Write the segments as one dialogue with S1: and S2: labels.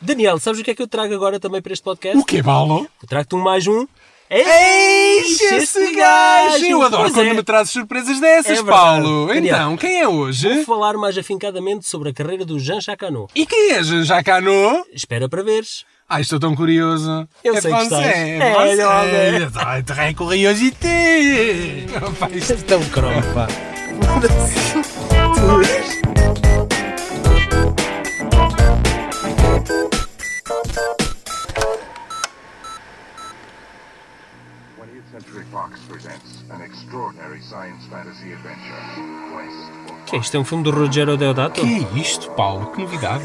S1: Daniel, sabes o que é que eu trago agora também para este podcast?
S2: O que balo?
S1: Eu trago-te um mais um. Eis
S2: Eis esse gajo! Eu adoro
S1: Pois
S2: quando
S1: é.
S2: me trazes surpresas dessas,
S1: É verdade.
S2: Paulo.
S1: Daniel.
S2: Então, quem é
S1: Vou
S2: hoje?
S1: falar mais afincadamente sobre a carreira do Jean Chacano.
S2: E quem é já Cano?
S1: Espera para veres.
S2: Ai, estou tão curioso.
S1: Eu
S2: é
S1: sei que
S2: francês,
S1: estás.
S2: É,
S1: É,
S2: francês.
S1: olha.
S2: Ai, très curiosité. Pá, isto é
S1: Estás tão cropa.
S3: Century Fox presents an extraordinary science fantasy adventure. Quest for
S1: Que é isto? É um filme do Rogério Deodato?
S2: Que é isto, Paulo? Que novidade!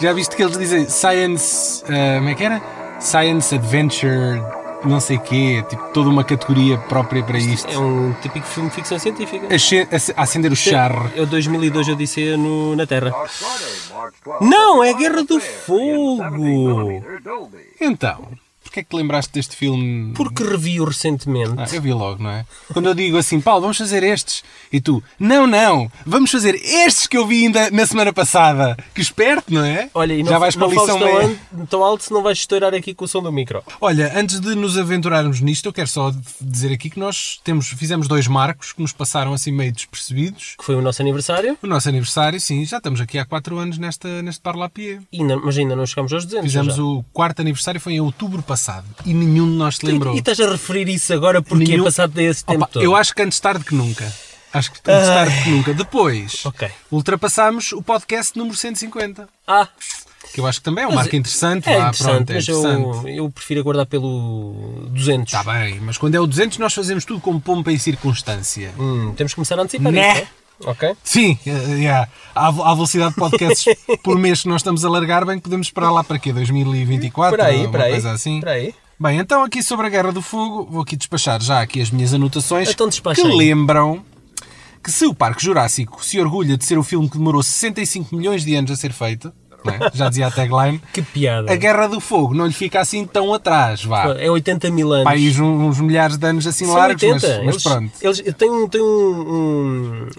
S2: Já viste que eles dizem Science. ah, como é que era? Science Adventure, não sei quê, tipo toda uma categoria própria para isto.
S1: É um típico filme de ficção científica.
S2: Asce- ace- Acender o charro.
S1: É o 2002 Odisseia no, na Terra.
S3: Our Friday, March 12th,
S1: Não, é
S3: the
S1: Guerra do
S3: final affair in 70
S1: Fogo.
S3: mm Dolby.
S2: Então, porquê é que te lembraste deste filme?
S1: Porque revi-o recentemente.
S2: Ah, eu vi logo, não é? Quando eu digo assim, Paulo, vamos fazer estes. E tu, não, não, vamos fazer estes que eu vi ainda na semana passada. Que esperto, não é?
S1: Olha, e não,
S2: Já vais para
S1: não
S2: a lição é.
S1: fales tão,
S2: meia.
S1: an- tão alto se não vais estourar aqui com o som do micro.
S2: Olha, antes de nos aventurarmos nisto, eu quero só dizer aqui que nós temos, fizemos dois marcos que nos passaram assim meio despercebidos.
S1: Que foi o nosso aniversário,
S2: O nosso aniversário, sim, já estamos aqui há 4 anos nesta, neste Parlapier.
S1: e ainda- mas ainda não chegámos aos 200.
S2: Fizemos
S1: já.
S2: o quarto aniversário, foi em outubro passado, e nenhum de nós se lembrou.
S1: E, e estás a referir isso agora porque
S2: Nenhum-
S1: é passado desse tempo
S2: Opa,
S1: todo. Ah.
S2: Eu acho que antes tarde que nunca. Acho que antes tarde que nunca. Depois,
S1: Ok.
S2: ultrapassámos o podcast número 150,
S1: Ah,
S2: que eu acho que também é um
S1: mas
S2: marco interessante.
S1: É
S2: vá,
S1: interessante,
S2: pronto, é
S1: mas
S2: interessante.
S1: Eu, eu prefiro aguardar pelo 200.
S2: Está bem, mas quando é o 200 nós fazemos tudo com pompa e circunstância.
S1: Hum, temos que começar a antecipar
S2: Né.
S1: isso, é? Ok.
S2: Sim, eh, yeah. à, vo- à velocidade de podcasts por mês que nós estamos a largar, bem que podemos esperar lá para quê? 2024?
S1: Por aí,
S2: uma
S1: por aí,
S2: coisa assim.
S1: por aí.
S2: Bem, então aqui sobre a Guerra do Fogo, vou aqui despachar já aqui as minhas anotações
S1: Então despacha
S2: que
S1: aí.
S2: lembram que se o Parque Jurássico se orgulha de ser o filme que demorou 65 milhões de anos a ser feito, não é? já dizia a tagline,
S1: Que piada.
S2: a Guerra do Fogo não lhe fica assim tão atrás, vá.
S1: É 80 mil anos.
S2: País uns milhares de anos assim
S1: São
S2: largos,
S1: 80.
S2: mas, mas
S1: eles,
S2: pronto.
S1: Eles, tem um, tem um,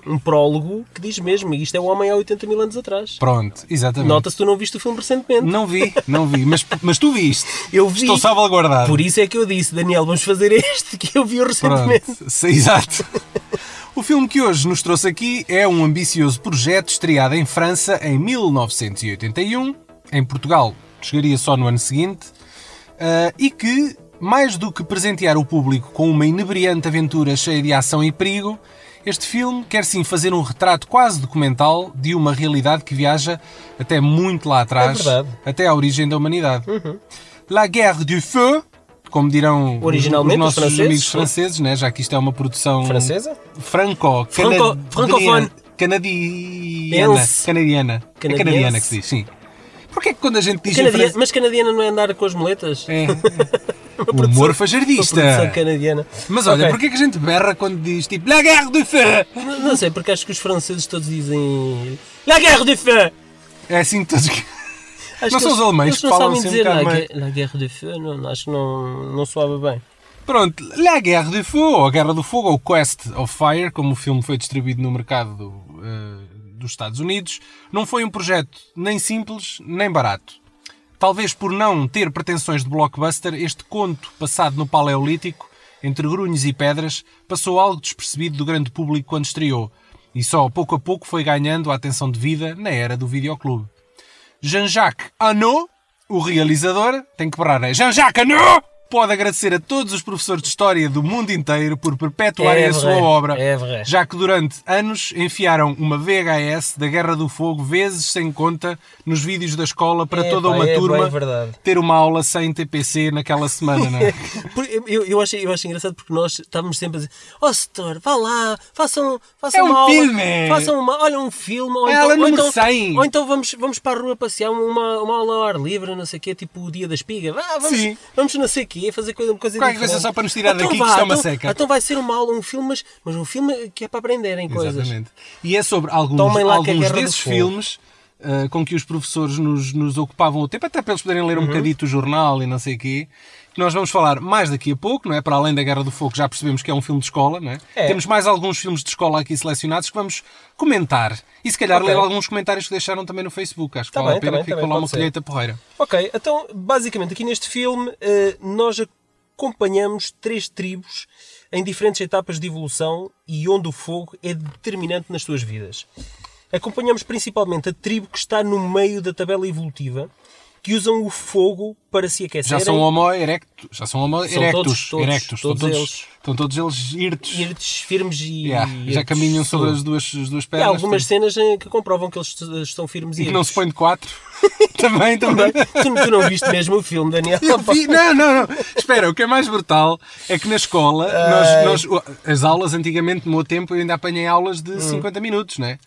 S1: um, um prólogo que diz mesmo, isto é o homem há 80 mil anos atrás.
S2: Pronto, exatamente.
S1: Nota-se que tu não viste o filme recentemente.
S2: Não vi, não vi, mas, mas tu viste.
S1: Eu vi.
S2: Estou salvaguardado.
S1: Por isso é que eu disse, Daniel, vamos fazer este que eu vi recentemente.
S2: Pronto, sim, exato. O filme que hoje nos trouxe aqui é um ambicioso projeto estreado em França em 1981, em Portugal chegaria só no ano seguinte, ah, e que, mais do que presentear o público com uma inebriante aventura cheia de ação e perigo, este filme quer sim fazer um retrato quase documental de uma realidade que viaja até muito lá atrás,
S1: É verdade. Uhum.
S2: até à origem da humanidade. La Guerre du Feu, como dirão os-
S1: Originalmente
S2: os
S1: os
S2: nossos
S1: franceses,
S2: amigos
S1: sim.
S2: franceses, né? já que isto é uma produção
S1: Francesa?
S2: franco,
S1: Franco- francofone.
S2: canadiana,
S1: Pense.
S2: canadiana, é
S1: Canadiense.
S2: canadiana que se diz, sim. Porquê que quando a gente diz em
S1: Canadiana-
S2: francês-
S1: mas canadiana não é andar com as moletas?
S2: É, é.
S1: produção-
S2: humor
S1: Uma produção
S2: fajardista.
S1: canadiana.
S2: Mas olha,
S1: Ok.
S2: porquê que a gente berra quando diz tipo La Guerre du Feu?
S1: Não, não sei, porque acho que os franceses todos dizem... La guerre du feu!
S2: É assim que todos...
S1: Acho
S2: Não
S1: que
S2: são os
S1: eles-
S2: alemães
S1: eles
S2: que
S1: não
S2: falam
S1: sabem
S2: assim um
S1: dizer
S2: bocado
S1: la,
S2: meio-
S1: gue- la guerre du feu, não, acho que não, não soava bem.
S2: Pronto, La Guerre du Feu, ou A Guerra do Fogo, ou Quest of Fire, como o filme foi distribuído no mercado do, eh, dos Estados Unidos, não foi um projeto nem simples, nem barato. Talvez por não ter pretensões de blockbuster, este conto passado no Paleolítico, entre grunhos e pedras, passou algo despercebido do grande público quando estreou, e só pouco a pouco foi ganhando a atenção devida na era do videoclube. Jean-Jacques Anot, o realizador, tem que parar, é Jean-Jacques Anot! Pode agradecer a todos os professores de história do mundo inteiro por perpetuarem
S1: É
S2: a sua
S1: verdade,
S2: obra,
S1: é verdade.
S2: já que durante anos enfiaram uma VHS da Guerra do Fogo, vezes sem conta, nos vídeos da escola para
S1: É,
S2: toda
S1: pá,
S2: uma
S1: é
S2: turma
S1: bem verdade.
S2: ter uma aula sem TPC naquela semana, não é?
S1: Por- Eu, eu, acho, eu acho engraçado porque nós estávamos sempre a dizer: Ó setor, vá lá, façam, façam
S2: É um
S1: uma aula,
S2: filme!
S1: Façam uma, olha, um filme, ou
S2: É
S1: então,
S2: aula
S1: ou
S2: número
S1: então-
S2: 100.
S1: ou então vamos, vamos para a rua passear uma, uma aula ao ar livre, não sei o quê, tipo o dia da espiga. Vá, vamos,
S2: Sim.
S1: vamos não sei o quê, fazer coisa, coisa
S2: Qualquer
S1: diferente.
S2: coisa só para nos tirar
S1: Então
S2: daqui, que
S1: vá,
S2: isto é uma
S1: então-
S2: seca.
S1: Então vai ser uma aula, um filme, mas, mas um filme que é para aprenderem coisas.
S2: Exatamente. E é sobre alguns,
S1: Tomem lá que a
S2: alguns
S1: Guerra do
S2: desses
S1: Fogo.
S2: filmes ah, com que os professores nos, nos ocupavam o tempo, até para eles poderem ler um
S1: Uhum.
S2: bocadito o jornal e não sei o quê. que Nós vamos falar mais daqui a pouco, não é? Para além da Guerra do Fogo, já percebemos que é um filme de escola, não é?
S1: É.
S2: Temos mais alguns filmes de escola aqui selecionados que vamos comentar. E se calhar
S1: Ok.
S2: ler alguns comentários que deixaram também no Facebook. Acho que
S1: Tá
S2: vale
S1: bem,
S2: a
S1: tá
S2: pena,
S1: bem,
S2: ficou
S1: tá bem,
S2: lá uma
S1: pode ser.
S2: colheita porreira.
S1: Ok, então basicamente aqui neste filme eh, nós acompanhamos três tribos em diferentes etapas de evolução e onde o fogo é determinante nas suas vidas. Acompanhamos principalmente a tribo que está no meio da tabela evolutiva, que usam o fogo para se aquecerem.
S2: Já são homo erectus. Já são homo
S1: São
S2: erectus.
S1: todos, todos,
S2: erectus.
S1: todos
S2: estão,
S1: eles.
S2: estão todos eles irtos.
S1: Irtes, firmes e...
S2: Yeah, Já
S1: irtes.
S2: caminham sobre as duas, as duas
S1: Há
S2: pernas.
S1: algumas cenas eh, que comprovam que eles eh, estão firmes e
S2: E que não
S1: irtes.
S2: se põe de quatro. também, também.
S1: tu, tu não viste mesmo o filme, Daniel?
S2: Eu vi- Não, não, não. Espera, o que é mais brutal é que na escola, nós, nós- as aulas antigamente, no meu tempo, eu ainda apanhei aulas de 50 minutos, né?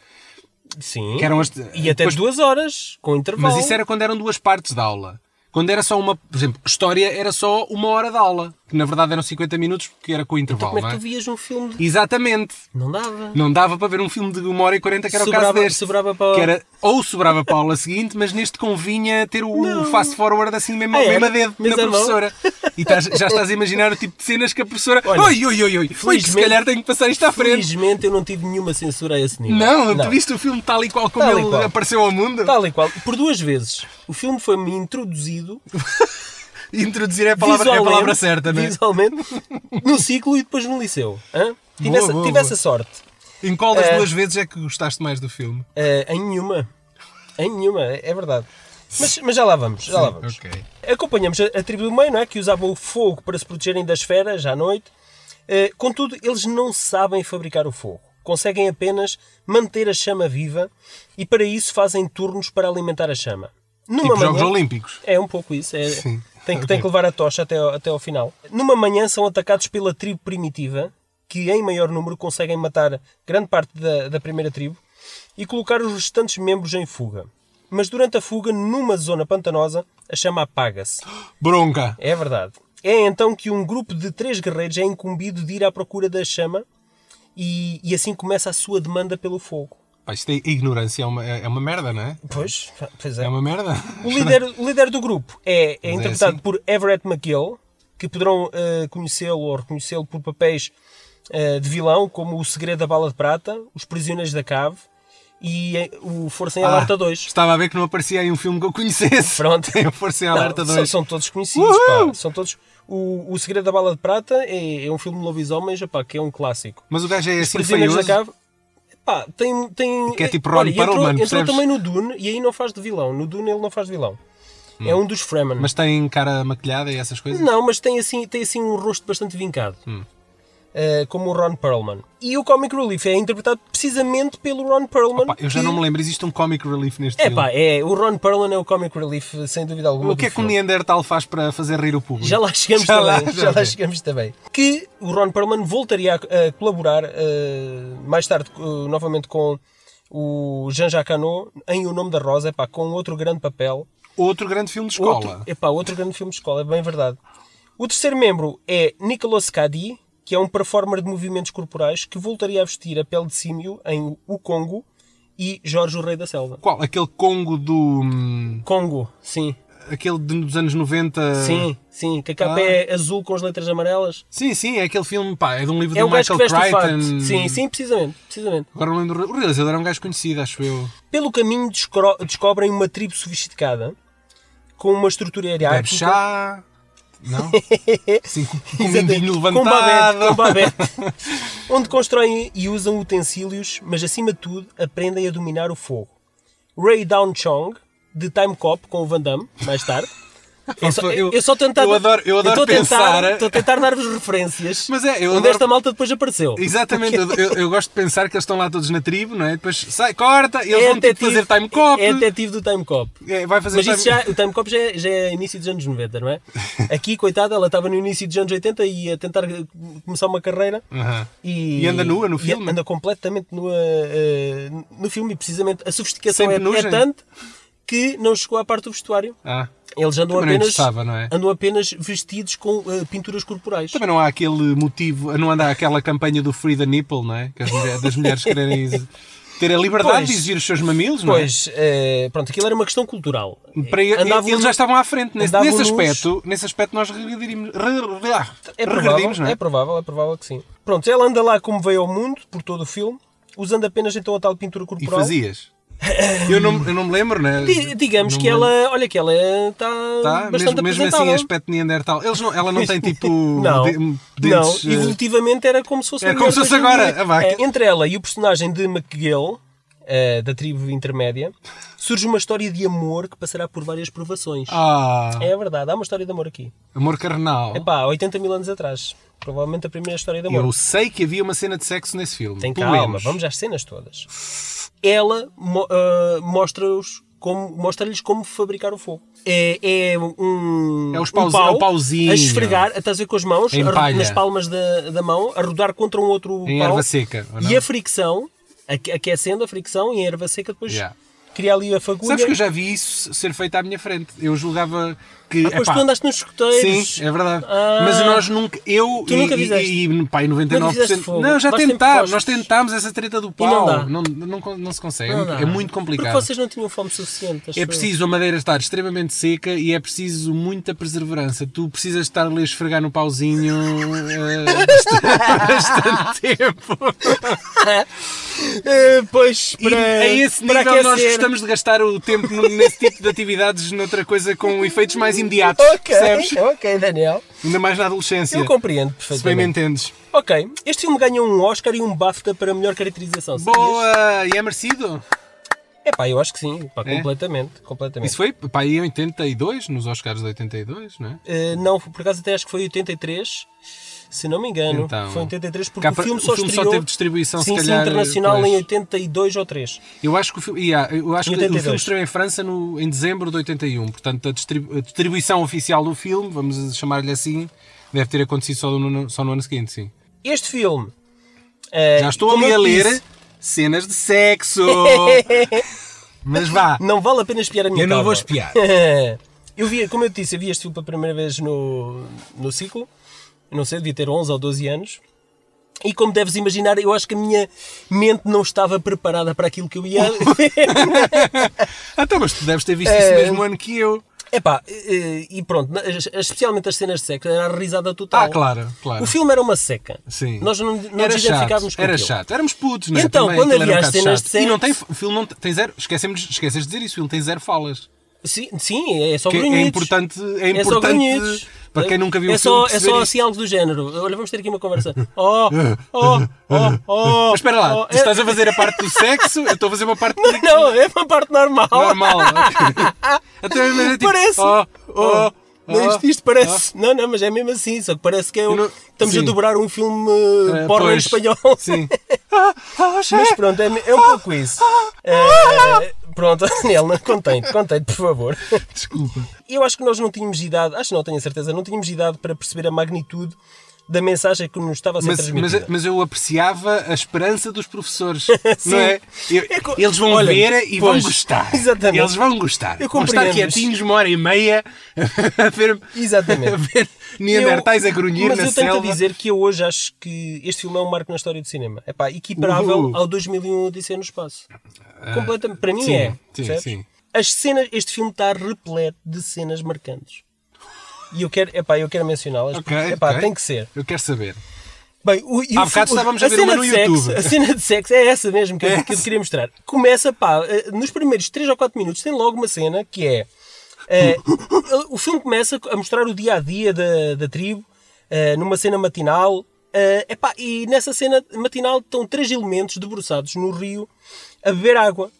S1: Sim.
S2: Que eram as-
S1: E até
S2: depois-
S1: duas horas, com intervalo.
S2: Mas isso é era quando eram duas partes da aula. Quando era só uma, por exemplo, história era só uma hora de aula, que na verdade eram 50 minutos, porque era com intervalo.
S1: Como é que
S2: não
S1: tu
S2: é?
S1: vias um filme? de-
S2: Exatamente.
S1: Não dava.
S2: Não dava para ver um filme de uma hora e 40, que era o
S1: Sobrava-
S2: caso deste.
S1: sobrava para-
S2: que era, ou sobrava para a aula seguinte, mas neste convinha ter o fast forward assim mesmo,
S1: Ah, é?
S2: mesmo a dedo
S1: Mas
S2: na
S1: é bom.
S2: professora. E estás- já estás a imaginar o tipo de cenas que a professora.
S1: Olha,
S2: oi, oi, oi, oi, oi, se
S1: felizmente-
S2: calhar tenho que passar isto à frente.
S1: Felizmente eu não tive nenhuma censura a esse nível.
S2: Não, tu viste o filme tal e qual como
S1: Tal e
S2: ele
S1: qual.
S2: apareceu ao mundo?
S1: Tal e qual. Por duas vezes. O filme foi-me introduzido
S2: Introduzir é a palavra, é a
S1: visualmente,
S2: palavra certa, né?
S1: visualmente no ciclo e depois no liceu. Hã? Tive,
S2: Boa,
S1: essa,
S2: boa,
S1: tive
S2: boa.
S1: essa sorte.
S2: Em qual das
S1: É.
S2: duas vezes é que gostaste mais do filme?
S1: Eh, em nenhuma. Em nenhuma, é verdade. Mas, mas já lá vamos, já lá vamos.
S2: Ok.
S1: Acompanhamos a, a tribo do meio, não é? Que usava o fogo para se protegerem das feras à noite. Eh, contudo, eles não sabem fabricar o fogo. Conseguem apenas manter a chama viva e para isso fazem turnos para alimentar a chama. Numa
S2: Tipo Jogos
S1: manhã-
S2: Olímpicos.
S1: é um pouco isso. É,
S2: Sim.
S1: Tem, que,
S2: Ok.
S1: tem que levar a tocha até ao, até ao final. Numa manhã são atacados pela tribo primitiva, que em maior número conseguem matar grande parte da, da primeira tribo e colocar os restantes membros em fuga. Mas durante a fuga, numa zona pantanosa, a chama apaga-se.
S2: Bronca.
S1: É verdade. É então que um grupo de três guerreiros é incumbido de ir à procura da chama e, e assim começa a sua demanda pelo fogo.
S2: Pá, isto é ignorância, é uma, é uma merda, não é?
S1: Pois, pois
S2: É uma merda.
S1: O líder, o líder do grupo é, é interpretado
S2: assim?
S1: por Everett McGill, que poderão eh, conhecê-lo ou reconhecê-lo por papéis eh, de vilão, como O Segredo da Bala de Prata, Os Prisioneiros da Cave e eh, o Força em Alerta
S2: Ah,
S1: 2.
S2: Estava a ver que não aparecia aí um filme que eu conhecesse.
S1: Pronto.
S2: Eu forcei a
S1: Não,
S2: alerta
S1: são-
S2: 2.
S1: São, todos conhecidos, pá.
S2: Uhul!
S1: São todos... O, o Segredo da Bala de Prata é, é um filme de lobisomens, pá, que é um clássico.
S2: Mas o gajo é
S1: Os
S2: assim
S1: Prisioneiros da
S2: feioso.
S1: Cave... Pá, tem, tem...
S2: Que é tipo
S1: olha,
S2: Ron Perlman,
S1: entrou, entrou
S2: percebes?
S1: também no Dune e aí não faz de vilão. No Dune ele não faz de vilão. É um dos Fremen.
S2: Hum. Mas tem cara maquilhada e essas coisas?
S1: Não, mas tem assim, tem assim um rosto bastante vincado.
S2: Hum.
S1: Eh, como o Ron Perlman. E o Comic Relief é interpretado precisamente pelo Ron Perlman.
S2: Pá, eu já
S1: que-
S2: não me lembro. Existe um comic relief neste
S1: É
S2: filme.
S1: pá, é, o Ron Perlman é o Comic Relief, sem dúvida alguma.
S2: o que
S1: do
S2: é que o
S1: filme.
S2: Neandertal faz para fazer rir o público?
S1: Já lá chegamos
S2: Já
S1: também.
S2: lá,
S1: já
S2: já
S1: lá
S2: vi.
S1: chegamos também. Que o Ron Perlman voltaria a, a colaborar eh, mais tarde eh, novamente com o Jean-Jacques Hano em O Nome da Rosa, epá, com outro grande papel.
S2: Outro grande filme de escola.
S1: Outro, epá, outro grande filme de escola, é bem verdade. O terceiro membro é Nicolas Cadi, que é um performer de movimentos corporais que voltaria a vestir a pele de símio em O Congo e Jorge o Rei da Selva.
S2: Qual? Aquele Congo do... hum,
S1: Congo, sim,
S2: Aquele de- dos anos 90...
S1: sim, sim, que a capa
S2: Ah.
S1: é azul com as letras amarelas.
S2: Sim, sim, é aquele filme, pá, é de um livro
S1: é
S2: do
S1: o gajo que
S2: Michael
S1: veste o
S2: Crichton.
S1: fato. Sim, sim, precisamente, precisamente.
S2: Agora não lembro. O realizador era um gajo conhecido, acho eu.
S1: Pelo caminho descro- descobrem uma tribo sofisticada com uma estrutura
S2: Bebe
S1: hierárquica.
S2: chá... Não? Sim, com com o
S1: Exatamente.
S2: mindinho
S1: um
S2: levantado.
S1: Com babete, com babete. Onde constroem e usam utensílios, mas acima de tudo aprendem a dominar o fogo. Ray Down Chong, de Time Cop, com o Van Damme, mais tarde. Eu só, eu,
S2: Eu-
S1: eu só tentava.
S2: eu adoro- eu adoro
S1: estou a tentar-
S2: pensar-
S1: Estou a tentar dar-vos referências.
S2: Mas é, eu
S1: onde
S2: adoro-
S1: esta malta depois apareceu.
S2: Exatamente, eu, eu- eu gosto de pensar que eles estão lá todos na tribo, não é? Depois sai, corta, eles
S1: É
S2: vão ter que
S1: detetive-
S2: fazer time cop.
S1: É detetive do Time Cop.
S2: É, vai fazer
S1: Mas
S2: time
S1: isso já, o Time Cop já é, já é início dos anos 90, não é? Aqui, coitada, ela estava no início dos anos 80 e ia tentar eh, começar uma carreira.
S2: Aham.
S1: E,
S2: E anda nua no
S1: e
S2: filme?
S1: anda completamente nua eh, no filme e precisamente a sofisticação
S2: Sem
S1: é, é
S2: penugem?
S1: tanto que não chegou à parte do vestuário.
S2: Ah.
S1: Eles andam
S2: Também não
S1: apenas,
S2: interessava, não é?
S1: andam apenas vestidos com eh, pinturas corporais.
S2: Também não há aquele motivo, não anda aquela campanha do Free the Nipple, não é? Que as mulher- das mulheres quererem Ter a liberdade
S1: Pois.
S2: de exigir os seus mamilos, não é?
S1: Pois, eh, pronto, aquilo era uma questão cultural. Eh,
S2: Para ele-
S1: Andavam
S2: eles
S1: nu-
S2: já estavam à frente. Nesse,
S1: andavam
S2: nesse
S1: nus.
S2: aspecto, nesse aspecto nós regredimos. re- re- ah,
S1: É provável,
S2: regredimos, não
S1: é?
S2: é?
S1: provável, é provável que sim. Pronto, ela anda lá como veio ao mundo, por todo o filme, usando apenas então a tal pintura
S2: E
S1: corporal.
S2: fazias. Eu não, eu não me lembro, né?
S1: Di- digamos
S2: Não
S1: que é
S2: me lembro.
S1: ela, olha que ela está
S2: Tá,
S1: bastante
S2: mesmo, mesmo assim,
S1: apresentável.
S2: aspecto Neandertal. Eles não, ela não tem tipo.
S1: não,
S2: de-
S1: não,
S2: dentes, eh,
S1: evolutivamente era como se fosse
S2: era
S1: uma
S2: como se
S1: mulher
S2: fosse
S1: hoje em
S2: agora,
S1: dia.
S2: a vaca.
S1: Eh, Entre ela e o personagem de McGill, eh, da tribo intermédia, surge uma história de amor que passará por várias provações.
S2: Ah,
S1: É verdade, há uma história de amor aqui.
S2: amor carnal.
S1: Epá, 80 mil anos atrás. Provavelmente a primeira história de amor.
S2: Eu sei que havia uma cena de sexo nesse filme.
S1: Tem
S2: pelo
S1: calma,
S2: menos.
S1: vamos às cenas todas. Ela mo- ah, mostra-os como- mostra-lhes como, fabricar o fogo. É, é um,
S2: É os
S1: um
S2: paus-
S1: pau
S2: é o pauzinho.
S1: a esfregar, estás a ver com as mãos,
S2: Em
S1: a ro-
S2: palha.
S1: nas palmas da, da mão, a rodar contra um outro
S2: Em
S1: pau.
S2: erva seca, ou não?
S1: E a fricção, aque- aquecendo a fricção e a erva seca depois
S2: Yeah.
S1: cria ali a fagulha.
S2: Sabes que eu já vi isso ser feito à minha frente. Eu julgava que.
S1: Ah, Depois
S2: epá,
S1: tu andaste nos escoteiros.
S2: Sim, é verdade.
S1: Ah.
S2: Mas nós nunca. Eu
S1: Tu nunca
S2: e,
S1: fizeste?
S2: e, e pá, e
S1: Nunca
S2: 99%.
S1: fizeste fogo.
S2: Não, já
S1: Nós sempre
S2: tentámos.
S1: fomos.
S2: Nós tentámos essa treta do
S1: não
S2: pau.
S1: dá.
S2: Não, não, con- não se consegue.
S1: Não dá.
S2: é muito complicado.
S1: Porque vocês não tinham fome suficiente. acho
S2: É
S1: eu.
S2: preciso a madeira estar extremamente seca e é preciso muita perseverança. Tu precisas estar ali a esfregar no pauzinho eh, bastante, bastante tempo.
S1: Eh, pois,
S2: E
S1: para,
S2: a esse
S1: para
S2: nível nós
S1: aquecer.
S2: gostamos de gastar o tempo no- nesse tipo de atividades noutra coisa com efeitos mais imediatos.
S1: Ok,
S2: Percebes?
S1: ok, Daniel.
S2: Ainda mais na adolescência.
S1: Eu compreendo
S2: se bem me
S1: perfeitamente.
S2: entendes.
S1: Ok, este filme ganhou um Oscar e um BAFTA para melhor caracterização.
S2: Boa! E é merecido?
S1: É pá, eu acho que sim, pá,
S2: É?
S1: completamente. completamente.
S2: Isso foi pá, em 82, nos Oscars de 82, não é?
S1: Eh, não, por acaso até acho que foi 83, se não me engano.
S2: Então,
S1: foi 83, porque
S2: cá para-
S1: o filme só
S2: o filme só
S1: estreou-
S2: teve distribuição, se
S1: sim, sim,
S2: calhar,
S1: internacional
S2: pois.
S1: em 82 ou 3.
S2: Eu acho que o filme, yeah, eu acho
S1: Em
S2: que o
S1: 82.
S2: filme estreou em França no, em dezembro de 81, portanto a, distribu- a distribuição oficial do filme, vamos chamar-lhe assim, deve ter acontecido só no, só no ano seguinte, sim.
S1: Este filme. eh,
S2: Já estou
S1: como
S2: ali a
S1: eu
S2: ler
S1: disse,
S2: cenas de sexo! Mas vá,
S1: Não vale a pena espiar a minha
S2: eu não
S1: tábua.
S2: vou espiar.
S1: eu vi, como eu te disse, eu vi este filme pela primeira vez no, no ciclo. Eu não sei, devia ter 11 ou 12 anos. E como deves imaginar, eu acho que a minha mente não estava preparada para aquilo que eu ia.
S2: Então, mas tu deves ter visto isso
S1: É.
S2: mesmo ano que eu.
S1: Epá, eh, e pronto, na- es- especialmente as cenas de seca, era a risada total.
S2: Ah, claro, claro.
S1: O filme era uma seca.
S2: Sim.
S1: Nós não, não
S2: era
S1: nos identificávamos
S2: chato,
S1: com
S2: era
S1: aquilo.
S2: chato. Éramos putos, não é?
S1: Então,
S2: Também,
S1: quando
S2: aquilo era
S1: havia
S2: um
S1: as
S2: bocado
S1: cenas
S2: chato.
S1: de
S2: E não tem,
S1: sexo-
S2: o filme não tem zero, esquecemos, esqueces de dizer isso, o filme tem zero falas.
S1: Sim, sim, é só
S2: Que é
S1: grunhidos.
S2: importante, é
S1: É só
S2: importante
S1: grunhidos.
S2: para quem nunca viu
S1: é
S2: o filme.
S1: só, É
S2: perceber
S1: só
S2: isto.
S1: assim algo do género. Olha, vamos ter aqui uma conversa. Oh, oh, oh, oh.
S2: Mas espera lá,
S1: oh,
S2: tu estás a fazer a parte do sexo, eu estou a fazer uma parte
S1: é- Não, é uma parte normal.
S2: normal. Até mas é tipo,
S1: Parece. um
S2: Oh, oh, oh,
S1: Não, isto, isto parece. Não, não, mas é mesmo assim. Só que parece que é, o-
S2: Eu não-
S1: estamos
S2: sim.
S1: a dobrar um filme
S2: oh.
S1: uh,
S2: Eh,
S1: porno em
S2: pois,
S1: espanhol.
S2: Sim. Ah, ah, já.
S1: Mas pronto, é, é um pouco isso. Eh, pronto, Daniel, não- contente, contente, por favor.
S2: Desculpa.
S1: Eu acho que nós não tínhamos idade, acho que não tenho a certeza, não tínhamos idade para perceber a magnitude da mensagem que nos estava a ser
S2: Mas,
S1: transmitida.
S2: mas, mas eu apreciava a esperança dos professores,
S1: Sim.
S2: não é? Eu-
S1: É co-
S2: eles vão
S1: Olha,
S2: ver e
S1: pois,
S2: vão gostar.
S1: exatamente.
S2: Eles vão gostar.
S1: Eu
S2: vão estar
S1: compreendo-os.
S2: quietinhos uma hora e meia a ver,
S1: Exatamente.
S2: a ver neandertais a grunhir
S1: Mas
S2: na
S1: eu
S2: selva.
S1: tenho a dizer que eu hoje acho que este filme é um marco na história do cinema. É pá, equiparável
S2: Uhul. Ah,
S1: ao 2001 Odisseia no Espaço. Completamente, para mim
S2: sim,
S1: é.
S2: sim,
S1: percebes?
S2: sim.
S1: As cenas, este filme está repleto de cenas marcantes. E eu quero, epá, eu quero mencioná-las
S2: Ok,
S1: porque epá,
S2: ok.
S1: tem que ser.
S2: Eu quero saber.
S1: Bem, o, e
S2: Há
S1: o
S2: bocado
S1: filme-
S2: estávamos a ver
S1: cena
S2: uma no
S1: de sexo-
S2: YouTube.
S1: a cena de sexo é essa mesmo que, eu-
S2: É
S1: que eu te queria mostrar. Começa, pá, eh, nos primeiros 3 ou 4 minutos tem logo uma cena que é. eh, o filme começa a mostrar o dia a dia da, da tribo, eh, numa cena matinal. eh, epá, e nessa cena matinal estão três elementos debruçados no rio a beber água.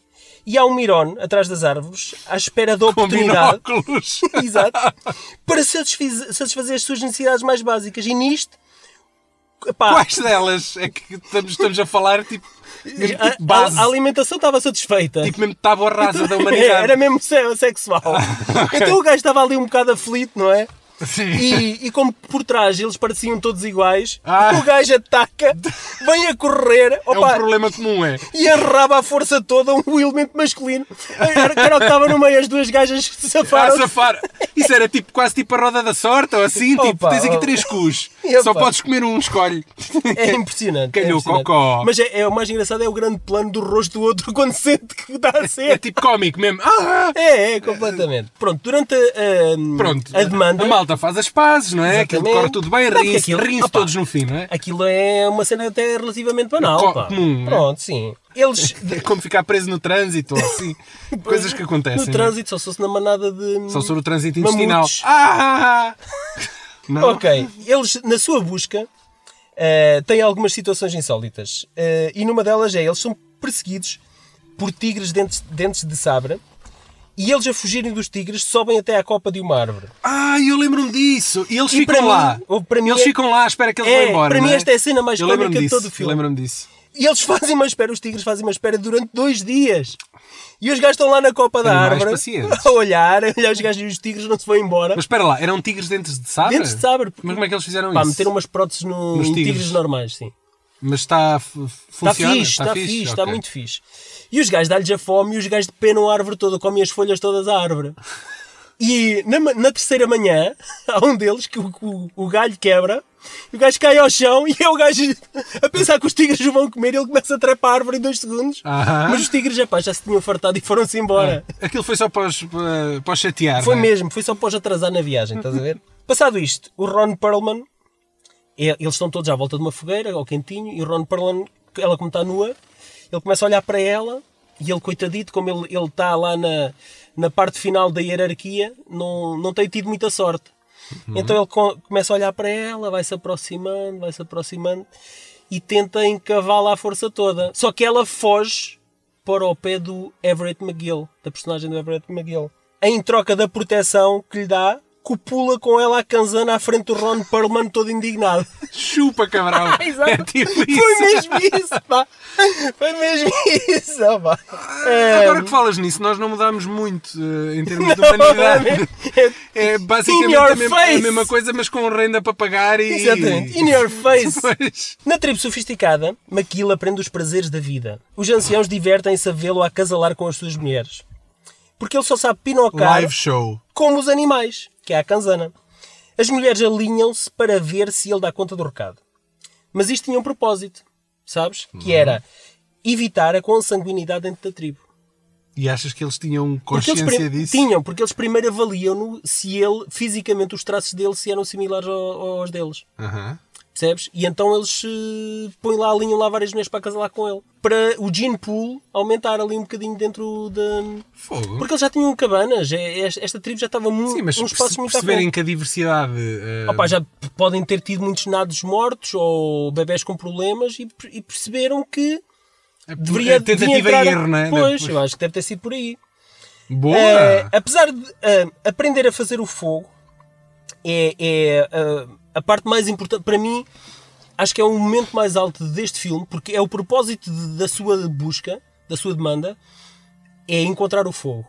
S1: E há um Miron atrás das árvores à espera da
S2: Com
S1: oportunidade.
S2: binóculos.
S1: Exato. Para satisfiz- satisfazer as suas necessidades mais básicas. E nisto. Epá,
S2: Quais delas é que estamos, estamos a falar? Tipo, mesmo
S1: A-
S2: tipo base.
S1: A, a alimentação estava satisfeita. É,
S2: Tipo mesmo tábua rasa da humanidade.
S1: Era mesmo se- sexual. Então o gajo estava ali um bocado aflito, não é?
S2: Sim.
S1: E, e como por trás eles pareciam todos iguais,
S2: Ah.
S1: o gajo ataca, vem a correr,
S2: É
S1: opa,
S2: um problema comum, é?
S1: e arraba a força toda um elemento masculino. Era era o que estava no meio, as duas gajas se
S2: Ah,
S1: safaram.
S2: safar. Isso era tipo, quase tipo a roda da sorte, ou assim, tipo,
S1: Opa,
S2: tens aqui
S1: opa.
S2: três cus.
S1: E,
S2: Só
S1: opa.
S2: podes comer um, escolhe.
S1: É impressionante. é
S2: Calhou o
S1: impressionante.
S2: cocó.
S1: Mas é, é- o mais engraçado é o grande plano do rosto do outro quando sente que dá a
S2: É
S1: ser.
S2: tipo cómico mesmo. Ah, ah.
S1: É, é, completamente. Pronto, durante a, a-
S2: Pronto.
S1: a demanda.
S2: A malta faz as pazes, não é? Aquilo
S1: Exatamente.
S2: corre tudo bem,
S1: Não, porque
S2: riem-se
S1: aquilo-
S2: riem-se
S1: opa.
S2: todos no fim, não é?
S1: Aquilo é uma cena até relativamente banal.
S2: Co-
S1: pá.
S2: comum, né?
S1: Pronto, sim. Eles.
S2: É como ficar preso no trânsito, ou assim. Coisas que acontecem.
S1: No
S2: não é?
S1: trânsito, só se fosse na manada de.
S2: Só sobre o trânsito intestinal.
S1: Mamutos.
S2: Ah, ah, ah. Não?
S1: Ok, eles na sua busca eh, têm algumas situações insólitas Eh, e numa delas é eles são perseguidos por tigres dentes, dentes de sabra e eles a fugirem dos tigres sobem até à copa de uma árvore.
S2: Ah, eu lembro-me disso. E eles
S1: E
S2: ficam
S1: para mim-
S2: lá.
S1: ou para mim
S2: eles
S1: é-
S2: ficam lá à espera que eles
S1: É,
S2: vão embora.
S1: para mim
S2: não é?
S1: esta é a cena mais
S2: Eu lembro-me
S1: cómica de
S2: disso,
S1: todo o filme.
S2: Eu lembro-me disso.
S1: E eles fazem uma espera, os tigres fazem uma espera durante dois dias. E os gajos estão lá na copa da
S2: Animais
S1: árvore
S2: pacientes.
S1: a olhar, a olhar os gajos e os tigres não se vão embora.
S2: Mas espera lá, eram tigres dentes de sabre?
S1: Dentes de sabre.
S2: Mas como é que eles fizeram
S1: Pá,
S2: isso?
S1: meter umas próteses no,
S2: Nos
S1: em tigres.
S2: tigres.
S1: normais, sim.
S2: Mas está. f-
S1: Está Tá
S2: Funciona? Tá
S1: fixe, está fixe, está
S2: Ok.
S1: muito fixe. E os gajos dão-lhes a fome e os gajos depenam a árvore toda, comem as folhas todas à árvore. E na, ma- na terceira manhã, há um deles que o, o- o galho quebra, e o gajo cai ao chão e é o gajo a pensar que os tigres o vão comer e ele começa a trepar a árvore em dois segundos.
S2: Aham. Ah.
S1: Mas os tigres, rapaz, já se tinham fartado e foram-se embora.
S2: Aquilo foi só para os, para- para os chatear.
S1: Foi
S2: não é?
S1: mesmo, foi só para os atrasar na viagem, estás a ver? Passado isto, o Ron Perlman, é- eles estão todos à volta de uma fogueira, ao quentinho, e o Ron Perlman, ela como está nua, ele começa a olhar para ela, e ele, coitadito, como ele, ele está lá na, na parte final da hierarquia, não, não tem tido muita sorte. Então ele co- começa a olhar para ela, vai se aproximando, vai se aproximando, e tenta encavá-la à força toda. Só que ela foge para o pé do Everett McGill, da personagem do Everett McGill. Em troca da proteção que lhe dá, copula com ela a canzana à frente do Ron Perlman todo indignado.
S2: Chupa, cabrão.
S1: Ah, Exato.
S2: é tipo isso.
S1: Foi mesmo isso, pá! Foi mesmo isso, ó, pá! É,
S2: Agora que falas nisso, nós não mudámos muito eh, em termos de
S1: não,
S2: humanidade.
S1: é-
S2: É
S1: In
S2: basicamente
S1: your
S2: a, mesma,
S1: face.
S2: a mesma coisa, mas com renda para pagar e.
S1: Exatamente. In your face.
S2: Pois.
S1: é Na tribo sofisticada, Maquila aprende os prazeres da vida. Os anciãos divertem-se a vê-lo acasalar com as suas mulheres. Porque ele só sabe pinocar
S2: Live show.
S1: como os animais, que é a canzana. As mulheres alinham-se para ver se ele dá conta do recado. Mas isto tinha um propósito, sabes?
S2: Uhum.
S1: Que era evitar a consanguinidade dentro da tribo.
S2: E achas que eles tinham
S1: Porque eles prim-
S2: consciência disso?
S1: Tinham, porque eles primeiro avaliam-no se ele, fisicamente, os traços dele se eram similares ao- aos deles.
S2: Aham.
S1: Percebes? E então eles eh, põem lá, alinham lá várias mulheres para acasalar com ele. Para o gene pool aumentar ali um bocadinho dentro da...
S2: Fogo.
S1: Porque eles já tinham cabanas. é- Esta esta tribo já estava muito,
S2: Sim, mas
S1: uns
S2: perce-
S1: passos muito à
S2: perceberem
S1: frente.
S2: que a diversidade. eh,
S1: Opa, já p- podem ter tido muitos nados mortos ou bebés com problemas e, per- e perceberam que
S2: é por-
S1: deveria
S2: é tentativa
S1: devia entrar...
S2: e erro, não é?
S1: Pois,
S2: Depois-
S1: eu acho que deve ter sido por aí.
S2: Boa!
S1: Eh, apesar de eh, aprender a fazer o fogo é, é, eh, a parte mais importante para mim acho que é o momento mais alto deste filme porque é o propósito de- da sua busca da sua demanda é encontrar o fogo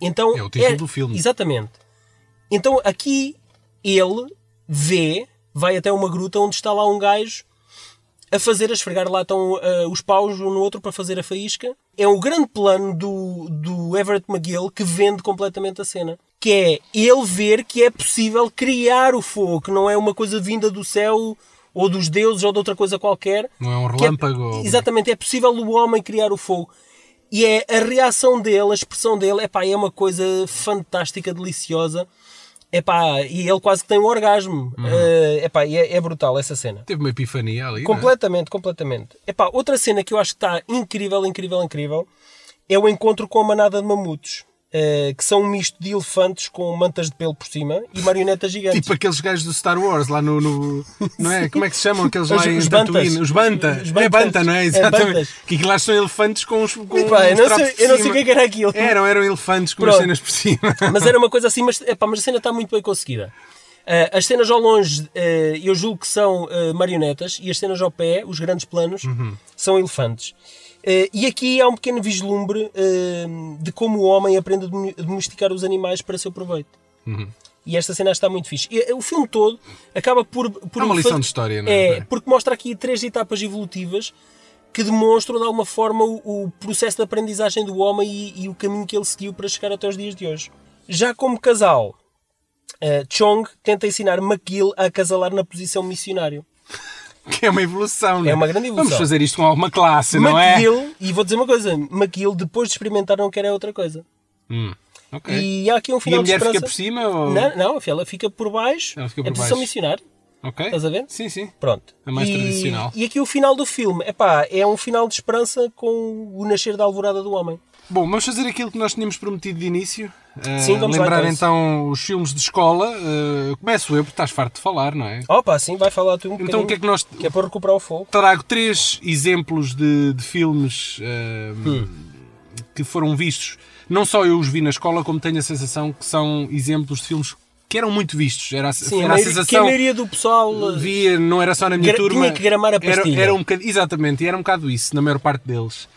S1: então
S2: É o título do filme.
S1: exatamente então aqui ele vê vai até uma gruta onde está lá um gajo a fazer, a esfregar lá estão ah, os paus um no outro para fazer a faísca. É um grande plano do, do Everett McGill que vende completamente a cena. Que é ele ver que é possível criar o fogo, que não é uma coisa vinda do céu ou dos deuses ou de outra coisa qualquer.
S2: Não é um
S1: Que
S2: relâmpago.
S1: exatamente, é possível o homem criar o fogo. E é a reação dele, a expressão dele, epá, é uma coisa fantástica, deliciosa. Epá, e ele quase que tem um orgasmo.
S2: Uhum.
S1: Eh, epá, e é- é brutal essa cena.
S2: Teve uma epifania ali. não é?
S1: Completamente, completamente. Epá, outra cena que eu acho que está incrível, incrível, incrível é o encontro com a manada de mamutos, eh, que são um misto de elefantes com mantas de pelo por cima e marionetas gigantes.
S2: Tipo aqueles gajos do Star Wars lá no. no- não é? Como é que se chamam aqueles lá
S1: Os-
S2: em
S1: os
S2: Tatooine?
S1: bantas.
S2: Os Banta.
S1: Os
S2: é
S1: bantas.
S2: Banta, não é?
S1: É
S2: Exatamente.
S1: bantas.
S2: que aquilo lá são elefantes com os. Com
S1: Epá, eu
S2: uns
S1: não
S2: trapos
S1: sei-
S2: por
S1: eu não sei
S2: cima.
S1: o que é que era aquilo.
S2: Eram, eram elefantes com as
S1: Pronto.
S2: cenas por cima.
S1: Mas era uma coisa assim, mas, epá, mas a cena está muito bem conseguida. Eh, as cenas ao longe, eh, eu julgo que são eh, marionetas, e as cenas ao pé, os grandes planos,
S2: Uhum.
S1: são elefantes. Eh, e aqui há um pequeno vislumbre eh, de como o homem aprende a domi- a domesticar os animais para seu proveito. E esta cena está muito fixe. E, eh, o filme todo acaba por. por
S2: É uma
S1: fa-
S2: lição de história, não é?
S1: É,
S2: Não é?
S1: porque mostra aqui três etapas evolutivas que demonstram de alguma forma o, o processo de aprendizagem do homem e, e o caminho que ele seguiu para chegar até os dias de hoje. Já como casal, eh, Chong tenta ensinar McGill a acasalar na posição missionário.
S2: Que é uma evolução, não é?
S1: É uma grande evolução.
S2: Vamos fazer isto com alguma classe, não é?
S1: McGill, e vou dizer uma coisa, McGill depois de experimentar não quer é outra coisa.
S2: Ok.
S1: E há aqui um
S2: E
S1: final
S2: a mulher
S1: de
S2: fica
S1: esperança.
S2: por cima? Ou...
S1: Não, não, ela fica por baixo.
S2: Ela fica
S1: é
S2: por
S1: posição
S2: baixo.
S1: missionária.
S2: Ok.
S1: Estás a ver?
S2: Sim, sim.
S1: Pronto.
S2: É mais
S1: e,
S2: tradicional.
S1: E aqui o final do filme, epá, é um final de esperança com o nascer da alvorada do homem.
S2: Bom, vamos fazer aquilo que nós tínhamos prometido de início. Eh,
S1: Sim, vamos lá,
S2: Lembrar
S1: então.
S2: então os filmes de escola. Eh, começo eu, porque estás farto de falar, não é?
S1: Opa, sim, vai falar tu um
S2: Então o que é que nós.
S1: que é para recuperar o fogo.
S2: Trago três exemplos de, de filmes eh,
S1: Hum.
S2: que foram vistos. Não só eu os vi na escola, como tenho a sensação que são exemplos de filmes que eram muito vistos. Era a,
S1: Sim,
S2: era
S1: a
S2: a
S1: maioria, que a
S2: sensação.
S1: maioria do pessoal eh,
S2: via, não era só na minha
S1: Gra-
S2: turma.
S1: tinha que gramar a
S2: era,
S1: pastilha.
S2: era um bocad- Exatamente, e era um bocado isso, na maior parte deles.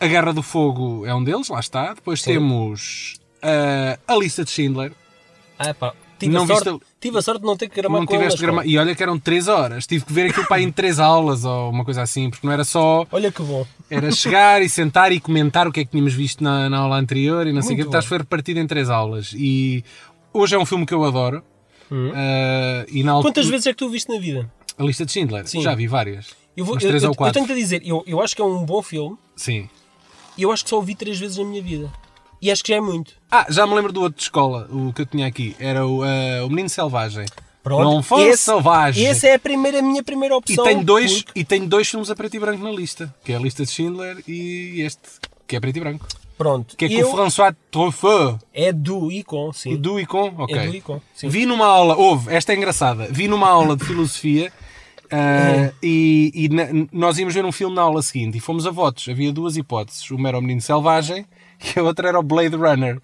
S2: A Guerra do Fogo é um deles, lá está. Depois temos ah, a lista de Schindler.
S1: Ah, pá, tive,
S2: Não
S1: a sorte,
S2: viste
S1: tive a sorte de não ter que gramar
S2: não
S1: com ele na
S2: tiveste
S1: escola.
S2: gramar. E olha que eram 3 horas. Tive que ver aquilo para aí em 3 aulas ou uma coisa assim, porque não era só.
S1: Olha que bom.
S2: Era chegar e sentar e comentar o que é que tínhamos visto na, na aula anterior e não sei o que.
S1: Muito
S2: Portanto,
S1: bom.
S2: foi repartido em 3 aulas. E hoje é um filme que eu adoro. Ah, e na altura-
S1: Hum. Quantas vezes é que tu o viste na vida?
S2: A lista de Schindler.
S1: Sim.
S2: Já vi várias.
S1: Eu, vou,
S2: Umas
S1: eu,
S2: três
S1: eu,
S2: ou
S1: eu
S2: quatro.
S1: tenho que te dizer, eu, eu acho que é um bom filme
S2: Sim.
S1: e eu acho que só o vi três vezes na minha vida. E acho que já é muito.
S2: Ah, já me lembro do outro de escola, o que eu tinha aqui. Era o, ah, o Menino Selvagem.
S1: Pronto.
S2: Não foi
S1: Esse- é um
S2: selvagem.
S1: Essa é a primeira, a minha primeira
S2: e,
S1: opção.
S2: tem dois,
S1: porque-
S2: e tem dois filmes a preto e branco na lista. Que é a lista de Schindler e este, que é preto e branco.
S1: Pronto.
S2: Que é com
S1: eu,
S2: o François Truffaut.
S1: É do e com, sim.
S2: E do e com? Ok.
S1: É do e com, sim.
S2: Vi numa aula, houve, esta é engraçada. Vi numa aula de filosofia.
S1: É.
S2: ah, e e na- nós íamos ver um filme na aula seguinte e fomos a votos. Havia duas hipóteses: uma era o Menino Selvagem e a outra era o Blade Runner.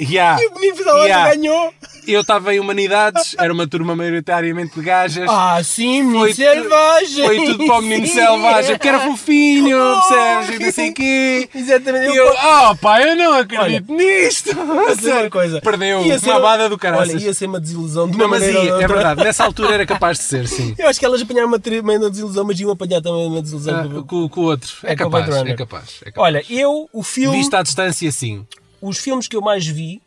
S2: yeah,
S1: E o menino é da
S2: yeah.
S1: ganhou!
S2: Eu estava em Humanidades, era uma turma maioritariamente de gajas.
S1: Ah, sim, menino
S2: Foi tu-
S1: selvagem! é
S2: Foi tudo para o menino
S1: Sim.
S2: selvagem, porque era fofinho,
S1: Oh.
S2: percebes? E não sei o quê.
S1: Exatamente.
S2: E
S1: é Eu
S2: eu,
S1: posso
S2: oh pá, eu não acredito nisto!
S1: dizer uma coisa.
S2: Perdeu,
S1: Ia
S2: uma
S1: ser-
S2: abada do caralho.
S1: Olha, ia ser uma desilusão de uma
S2: Não, mas
S1: maneira ou de
S2: ia,
S1: outra.
S2: é verdade, nessa altura era capaz de ser, sim.
S1: Eu acho que elas apanharam uma tremenda desilusão, mas iam apanhar também uma desilusão.
S2: Ah,
S1: do-
S2: com, com o outro. É
S1: É com o
S2: capaz,
S1: Blade Runner.
S2: é capaz. É capaz.
S1: Olha, eu, o filme,
S2: Vista à distância, sim.
S1: os filmes que eu mais vi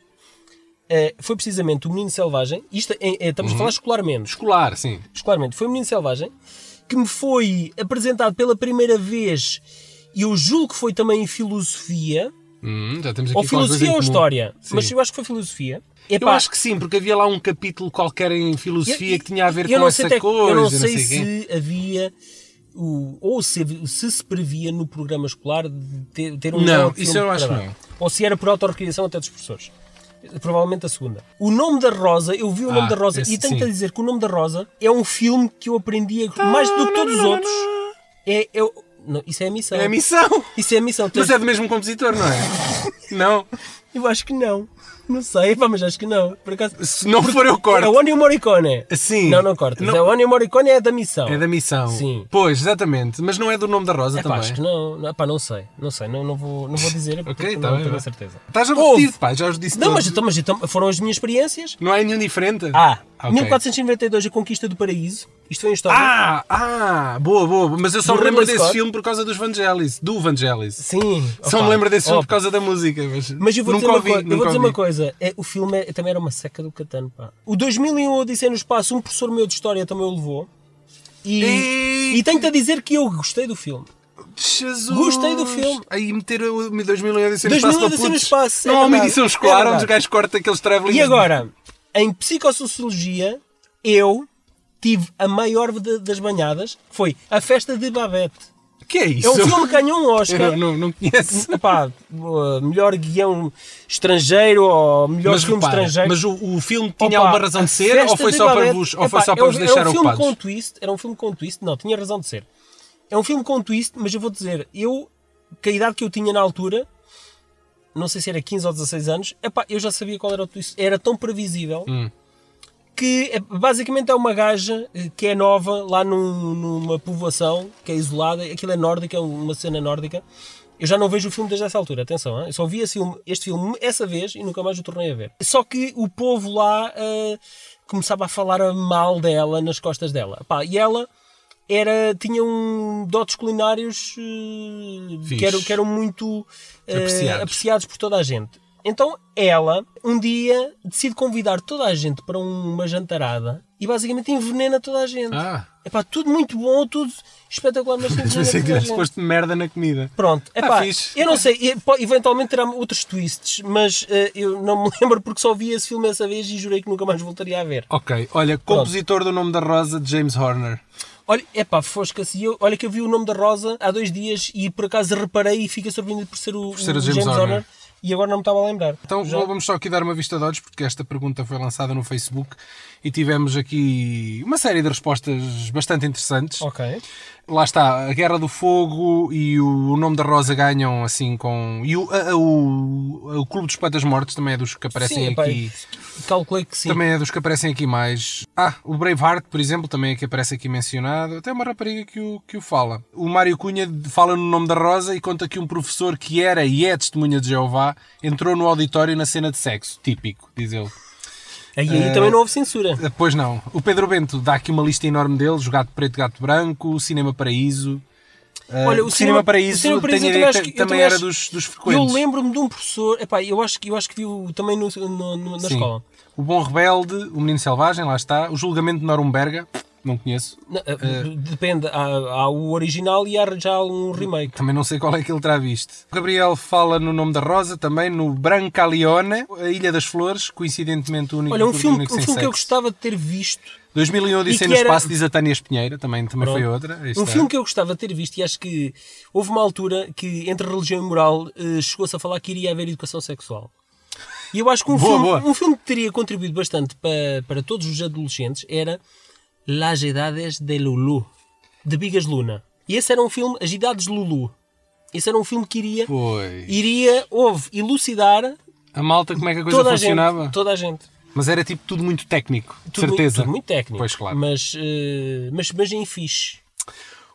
S1: eh, foi precisamente O Menino Selvagem. Isto, é- é-
S2: Uhum.
S1: estamos a falar escolarmente.
S2: Escolar, sim.
S1: escolarmente, foi o Menino Selvagem, que me foi apresentado pela primeira vez, e eu julgo que foi também em filosofia,
S2: Hum, já temos aqui
S1: ou
S2: qualquer coisa em
S1: filosofia ou
S2: comum.
S1: história,
S2: Sim.
S1: mas eu acho que foi filosofia.
S2: Eu acho que sim, porque havia lá um capítulo qualquer em filosofia que tinha a ver
S1: eu
S2: com
S1: não sei
S2: essa
S1: até-
S2: coisa.
S1: Eu não sei,
S2: sei quê.
S1: se havia... o- ou se, havia- se se previa no programa escolar de ter, ter um
S2: Não,
S1: grande
S2: isso
S1: filme
S2: eu acho
S1: para
S2: que
S1: dar.
S2: não.
S1: Ou se era por autorrecriação até dos professores. Provavelmente a segunda. O Nome da Rosa, eu vi o Nome
S2: Ah,
S1: da Rosa
S2: esse
S1: e tenho-te a
S2: sim.
S1: dizer que o Nome da Rosa é um filme que eu aprendi a- mais do que todos os outros. É, é o- não, isso é a missão.
S2: É a missão!
S1: Isso é a missão.
S2: Mas
S1: Tens-
S2: é do mesmo compositor, não é? não.
S1: Eu acho que não. Não sei, pá, mas acho que não. Por acaso.
S2: Se não for eu
S1: É
S2: corto.
S1: o Ennio Morricone.
S2: Sim.
S1: Não, não cortas.
S2: Não.
S1: É o Ennio Morricone é da missão.
S2: É da missão.
S1: Sim.
S2: Pois, exatamente. Mas não é do nome da Rosa
S1: É pá,
S2: também.
S1: acho que não. não. Pá, não sei. Não sei. Não, não, vou, não vou dizer. porque não
S2: tá bem,
S1: tenho
S2: vai.
S1: a certeza.
S2: Estás a
S1: Houve.
S2: repetir, pá, já os disse
S1: Não,
S2: todos.
S1: mas, então, mas então, foram as minhas experiências.
S2: Não há nenhum diferente?
S1: Ah,
S2: Ok.
S1: 1492, A Conquista do Paraíso. Isto foi em história.
S2: Ah, ah, boa, boa. Mas eu só
S1: Do
S2: me lembro
S1: Ridley
S2: desse
S1: Scott.
S2: filme por causa dos Vangelis. Do Vangelis.
S1: Sim.
S2: Só
S1: Opa.
S2: me lembro desse filme
S1: Opa.
S2: por causa da música. Mas,
S1: Mas eu vou
S2: nunca
S1: dizer, uma,
S2: ouvi,
S1: coisa, eu vou
S2: nunca
S1: dizer
S2: ouvi.
S1: uma coisa, é, o filme é- também era uma seca do Catano, pá. O 2001 Odisseia no Espaço, um professor meu de História também o levou. E,
S2: Ei!
S1: e tenho-te a dizer que eu gostei do filme.
S2: Jesus.
S1: Gostei do filme.
S2: Aí meter o 2000 e Odisseia
S1: 2000
S2: no espaço para
S1: Odisseia no
S2: putos.
S1: espaço, é
S2: Não há uma
S1: verdade.
S2: edição
S1: É
S2: escolar onde
S1: verdade.
S2: os um gajos cortam aqueles travelings.
S1: E agora, em Psicossociologia, eu tive a maior de- das banhadas, que foi A Festa de Babette.
S2: Que é isso?
S1: É um filme que ganhou um
S2: Eu
S1: Oscar.
S2: não, não, não conheço.
S1: Epá, uh, melhor guião estrangeiro ou melhor É um filme
S2: repara,
S1: estrangeiro.
S2: mas o, o filme tinha
S1: Opa,
S2: alguma razão de ser
S1: Festa
S2: ou foi
S1: de
S2: só para
S1: Babette.
S2: vos, ou foi
S1: Epá,
S2: só para
S1: é um-
S2: vos deixar
S1: é um filme
S2: ocupados?
S1: Com twist, era um filme com twist, não, tinha razão de ser. É um filme com twist, mas eu vou dizer, eu, com a idade que eu tinha na altura, não sei se era 15 ou 16 anos, epá, eu já sabia qual era o twist, era tão previsível.
S2: Hum.
S1: Que é- basicamente é uma gaja eh, que é nova lá num- numa povoação que é isolada, aquilo é nórdica, é uma cena nórdica, Eu já não vejo o filme desde essa altura, atenção. hã? Eu só vi esse filme- este filme essa vez e nunca mais o tornei a ver. Só que o povo lá ah, começava a falar mal dela nas costas dela. Pá, e ela era, tinha um dotes culinários ah,
S2: Fixe.
S1: que, eram, que eram muito ah,
S2: Apreciados.
S1: apreciados por toda a gente. Então ela, um dia, decide convidar toda a gente para uma jantarada e basicamente envenena toda a gente.
S2: Ah.
S1: Epá, tudo muito bom, tudo espetacular, mas
S2: Mas pensei que
S1: toda a
S2: tivesse
S1: gente.
S2: posto merda na comida.
S1: Pronto,
S2: Tá
S1: epá,
S2: fixe.
S1: eu não sei, e, po- eventualmente terá outros twists, mas eh, eu não me lembro porque só vi esse filme essa vez e jurei que nunca mais voltaria a ver.
S2: Ok, olha, compositor do nome da Rosa, James Horner.
S1: Olha, epá, fosca-se, eu, olha que eu vi o nome da Rosa há dois dias e por acaso reparei e fiquei surpreendido por ser o,
S2: ser o
S1: o
S2: James Horner.
S1: e agora não me estava a lembrar.
S2: Então
S1: Já-
S2: vamos só aqui dar uma vista de olhos, porque esta pergunta foi lançada no Facebook e tivemos aqui uma série de respostas bastante interessantes.
S1: Ok.
S2: Lá está, a Guerra do Fogo e o, o Nome da Rosa ganham assim com. E o, a- a- o, o Clube dos Patas Mortos também é dos que aparecem
S1: Sim, epá,
S2: aqui.
S1: calculei que sim.
S2: Também é dos que aparecem aqui mais. Ah, o Braveheart, por exemplo, também é que aparece aqui mencionado. Até uma rapariga que o, que o fala. O Mário Cunha fala no nome da Rosa e conta que um professor que era e é testemunha de Jeová entrou no auditório na cena de sexo. Típico, diz ele.
S1: Aí, aí
S2: Eh,
S1: também não houve censura.
S2: Ah, Pois não. O Pedro Bento dá aqui uma lista enorme deles: o Gato Preto, Gato Branco, o Cinema Paraíso. Ah,
S1: Olha, o Cinema-
S2: Paraíso,
S1: o Cinema Paraíso
S2: tenho
S1: eu
S2: ideia
S1: também
S2: que
S1: acho que- eu
S2: também
S1: também
S2: era
S1: acho-
S2: dos, dos frequentes.
S1: Eu lembro-me de um professor, epá, eu acho, que- eu acho que vi também no- no- no- na
S2: Sim.
S1: escola.
S2: O Bom Rebelde, o Menino Selvagem, lá está. O Julgamento de Norumberga, não conheço.
S1: Não, eh, depende, há, há o original e há já um remake.
S2: Também não sei qual é que ele terá visto. O Gabriel fala no nome da Rosa, também no Brancaleone, a Ilha das Flores, coincidentemente o único
S1: Olha, um filme, um
S2: único sem
S1: filme que eu
S2: sexo.
S1: gostava de ter visto,
S2: 2001
S1: e
S2: Odisseia um, no
S1: que era-
S2: Espaço, diz a Tânia Espinheira, também, também foi
S1: Pronto.
S2: outra. Aí
S1: um
S2: está.
S1: filme que eu gostava de ter visto, e acho que houve uma altura que entre religião e moral eh, chegou-se a falar que iria haver educação sexual. E eu acho que um,
S2: Boa,
S1: filme,
S2: boa.
S1: um filme que teria contribuído bastante para, para todos os adolescentes era Las Edades de Lulu, de Bigas Luna. E esse era um filme, As Idades de Lulu. Esse era um filme que iria,
S2: Pois.
S1: iria houve, elucidar
S2: A malta, como é que a coisa
S1: toda a,
S2: funcionava?
S1: gente, toda a gente.
S2: Mas era tipo tudo muito técnico, de
S1: Tudo
S2: certeza.
S1: Muito, tudo muito técnico.
S2: Pois claro.
S1: Mas, eh, mas, mas em fixe.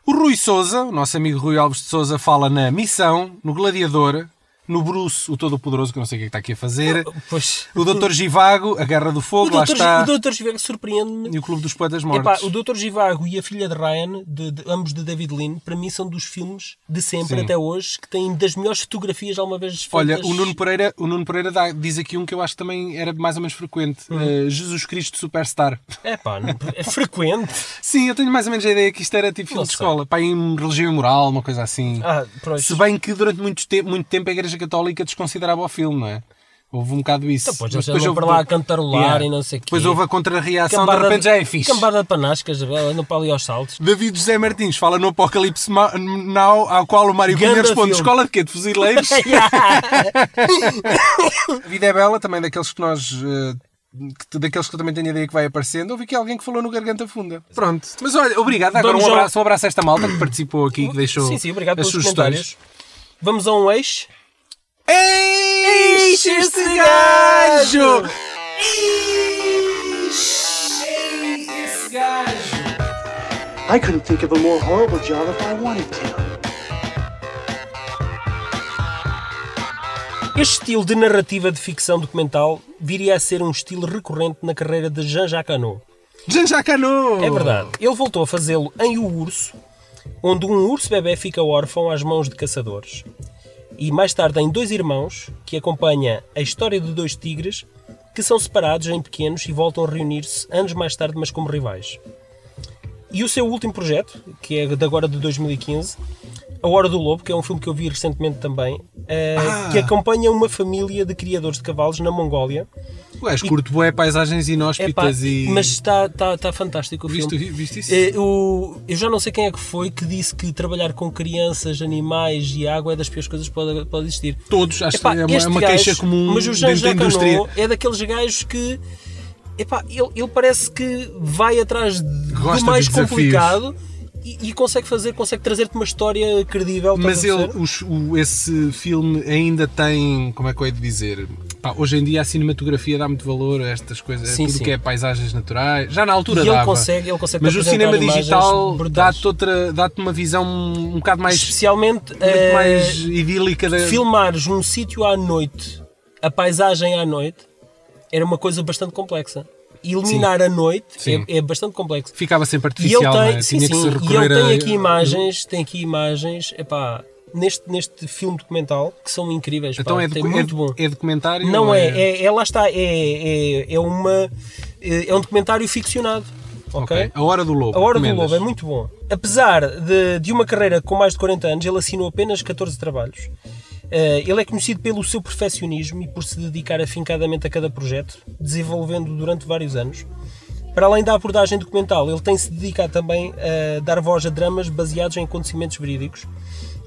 S2: O Rui Souza, o nosso amigo Rui Alves de Souza, fala na Missão, no Gladiador, no Bruce, o Todo-Poderoso, que eu não sei o que é que está aqui a fazer.
S1: Pois.
S2: O Dr. Givago, a Guerra do
S1: O
S2: Fogo, lá
S1: Dr.
S2: está.
S1: Gi- o Dr. Givago surpreende-me.
S2: E o Clube dos Poetas
S1: Epá,
S2: Mortos.
S1: o Dr. Givago e a filha de Ryan, de- de- ambos de David Lean, para mim são dos filmes de sempre
S2: Sim.
S1: até hoje que têm das melhores fotografias alguma vez feitas.
S2: Olha, o Nuno Pereira, o Nuno Pereira dá- diz aqui um que eu acho que também era mais ou menos frequente.
S1: Hum.
S2: Eh, Jesus Cristo Superstar.
S1: Epá, não- é frequente.
S2: Sim, eu tenho mais ou menos a ideia que isto era tipo filme
S1: Não
S2: de
S1: sei.
S2: escola. Pá, em religião e moral, uma coisa assim.
S1: Ah, pois.
S2: Se bem que durante muito, te muito tempo a Igreja Católica desconsiderava o filme, não é? Houve um bocado isso.
S1: Então, pois,
S2: Mas
S1: eles andam para lá a cantarolar e não sei quê.
S2: Depois houve a contrarreação, de repente já é fixe.
S1: Cambada de panascas, andam para ali aos saltos.
S2: David José Martins fala no Apocalipse Ma- Now, ao qual o Mário Cunha
S1: Ganda
S2: responde:
S1: filme. É.
S2: Escola de quê? De fuzileiros? A Vida é Bela, também daqueles que nós. eh, que- Daqueles que eu também tenho a ideia que vai aparecendo, houve aqui alguém que falou no Garganta Funda. Pronto. Mas olha, obrigado. Agora
S1: Vamos
S2: um
S1: ao-
S2: abraço, um abraço a esta malta que participou aqui, que deixou
S1: sim, sim, obrigado
S2: as
S1: pelos
S2: sugestões.
S1: comentários. Vamos a um eixo.
S2: Eixe este gajo!
S4: I couldn't think of a more horrible job if I wanted to.
S1: Este estilo de narrativa de ficção documental viria a ser um estilo recorrente na carreira de Jean-Jacques Annaud.
S2: Jean Jacano!
S1: É verdade. Ele voltou a fazê-lo em O Urso, onde um urso bebê fica órfão às mãos de caçadores. E mais tarde em Dois Irmãos, que acompanha a história de dois tigres que são separados em pequenos e voltam a reunir-se anos mais tarde, mas como rivais. E o seu último projeto, que é de agora de 2015, A Hora do Lobo, que é um filme que eu vi recentemente também, eh, que acompanha uma família de criadores de cavalos na Mongólia.
S2: O gajo curto bué, paisagens
S1: Epá,
S2: inóspitas e.
S1: Mas está tá, tá fantástico o
S2: Viste-
S1: filme.
S2: viste isso?
S1: Eh, o- eu já não sei quem é que foi que disse que trabalhar com crianças, animais e água é das piores coisas que pode, pode existir.
S2: Todos, acho
S1: Epá,
S2: que é uma, é
S1: este
S2: uma
S1: gajo,
S2: queixa comum
S1: mas o Jean
S2: dentro da
S1: Jacques
S2: indústria.
S1: Annaud é daqueles gajos que epá, ele, ele parece que vai atrás de-
S2: Gosta de
S1: do mais
S2: desafios.
S1: complicado e, e consegue fazer, consegue trazer-te uma história credível. estás
S2: Mas
S1: a
S2: ele,
S1: perceber?
S2: os- o- esse filme ainda tem, como é que eu hei de dizer? Pá, hoje em dia a cinematografia dá muito valor a estas coisas, a
S1: Sim,
S2: tudo
S1: sim.
S2: que é paisagens naturais. Já na altura
S1: E ele
S2: dava.
S1: consegue- ele consegue
S2: mas o
S1: apresentar
S2: cinema
S1: imagens
S2: digital
S1: brutais.
S2: dá-te outra, dá-te uma visão um bocado mais,
S1: Especialmente
S2: muito
S1: eh,
S2: mais idílica da
S1: filmares um sítio à noite, a paisagem à noite, era uma coisa bastante complexa. Iluminar a noite
S2: Sim.
S1: é, é bastante complexo.
S2: ficava sempre
S1: E ele
S2: artificial, não
S1: tem,
S2: é?
S1: sim,
S2: Tinha que
S1: sim,
S2: se
S1: e ele
S2: recorrer
S1: tem
S2: a-
S1: aqui imagens, tem aqui imagens, epá, neste, neste filme documental, que são incríveis,
S2: Então
S1: pá,
S2: é,
S1: tem
S2: docu- é-
S1: muito bom.
S2: é documentário?
S1: Não
S2: ou
S1: é, é, é- lá está, é, é, é uma, é é um documentário ficcionado, ok?
S2: Ok. A Hora do Lobo.
S1: A Hora do
S2: recomendas?
S1: Lobo é muito bom. Apesar de, de uma carreira com mais de 40 anos, ele assinou apenas 14 trabalhos. Eh, ele é conhecido pelo seu perfeccionismo e por se dedicar afincadamente a cada projeto, desenvolvendo durante vários anos. Para além da abordagem documental, ele tem-se dedicado também a dar voz a dramas baseados em acontecimentos verídicos,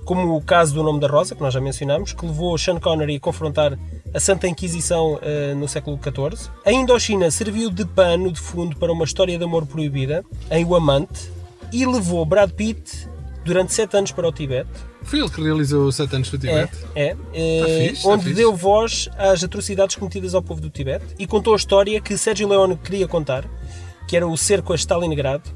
S1: como o caso do Nome da Rosa, que nós já mencionámos, que levou Sean Connery a confrontar a Santa Inquisição eh, no século XIV. A Indochina serviu de pano de fundo para uma história de amor proibida, em O Amante, e levou Brad Pitt durante sete anos para o Tibete.
S2: Foi ele que realizou o Sete Anos do Tibete.
S1: É, é, eh,
S2: fixe, tá
S1: onde
S2: fixe.
S1: deu voz às atrocidades cometidas ao povo do Tibete e contou a história que Sérgio Leone queria contar, que era o cerco a Stalingrado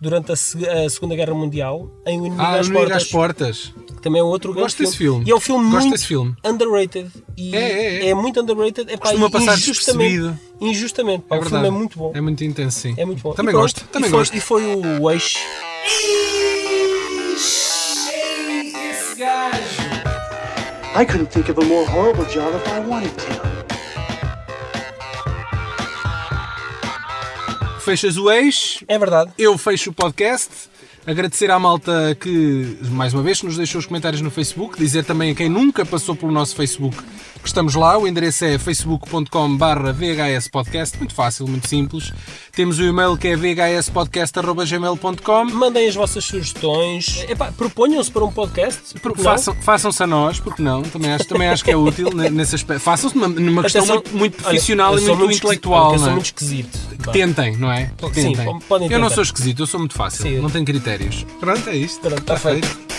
S1: durante a, se- a Segunda Guerra Mundial, em O Inimigo,
S2: Ah,
S1: às,
S2: o Inimigo às
S1: portas,
S2: Portas.
S1: que também é outro grande
S2: Gosto desse filme.
S1: E é um filme
S2: Gosto
S1: muito
S2: desse filme.
S1: underrated. E
S2: É, é, é.
S1: muito underrated. É, pá,
S2: Costuma
S1: e
S2: passar
S1: injustamente.
S2: despercebido.
S1: Injustamente. Pá,
S2: É
S1: o
S2: verdade.
S1: filme é muito bom.
S2: É muito intenso, sim.
S1: É muito bom.
S2: Também
S1: E pronto,
S2: gosto. Também
S1: e foi,
S2: gosto.
S1: E foi o eixo.
S4: I couldn't think of a more horrible job if I wanted to.
S2: Fechas o eixo.
S1: É verdade.
S2: Eu fecho o podcast. Agradecer à malta que, mais uma vez, nos deixou os comentários no Facebook. Dizer também a quem nunca passou pelo nosso Facebook que estamos lá. O endereço é facebook.com.br vhspodcast. Muito fácil, muito simples. Temos o e-mail que é vhspodcast.gmail.com.
S1: Mandem as vossas sugestões. Epá, proponham-se para um podcast.
S2: Por-
S1: porque não?
S2: façam- Façam-se a nós, porque não? Também acho, também acho que é útil ne- nesse aspecto. Façam-se numa, numa questão
S1: Atenção-
S2: muito, muito
S1: Olha,
S2: profissional
S1: eu
S2: e
S1: sou
S2: muito,
S1: esqui-
S2: intelectual.
S1: Eu
S2: não
S1: sou
S2: é?
S1: muito esquisito. Pá.
S2: Tentem, não é?
S1: Sim,
S2: Tentem.
S1: podem
S2: eu não
S1: tentar.
S2: sou esquisito, eu sou muito fácil.
S1: Sim.
S2: Não tenho critérios. Pronto, é isto.
S1: Pronto, tá feito.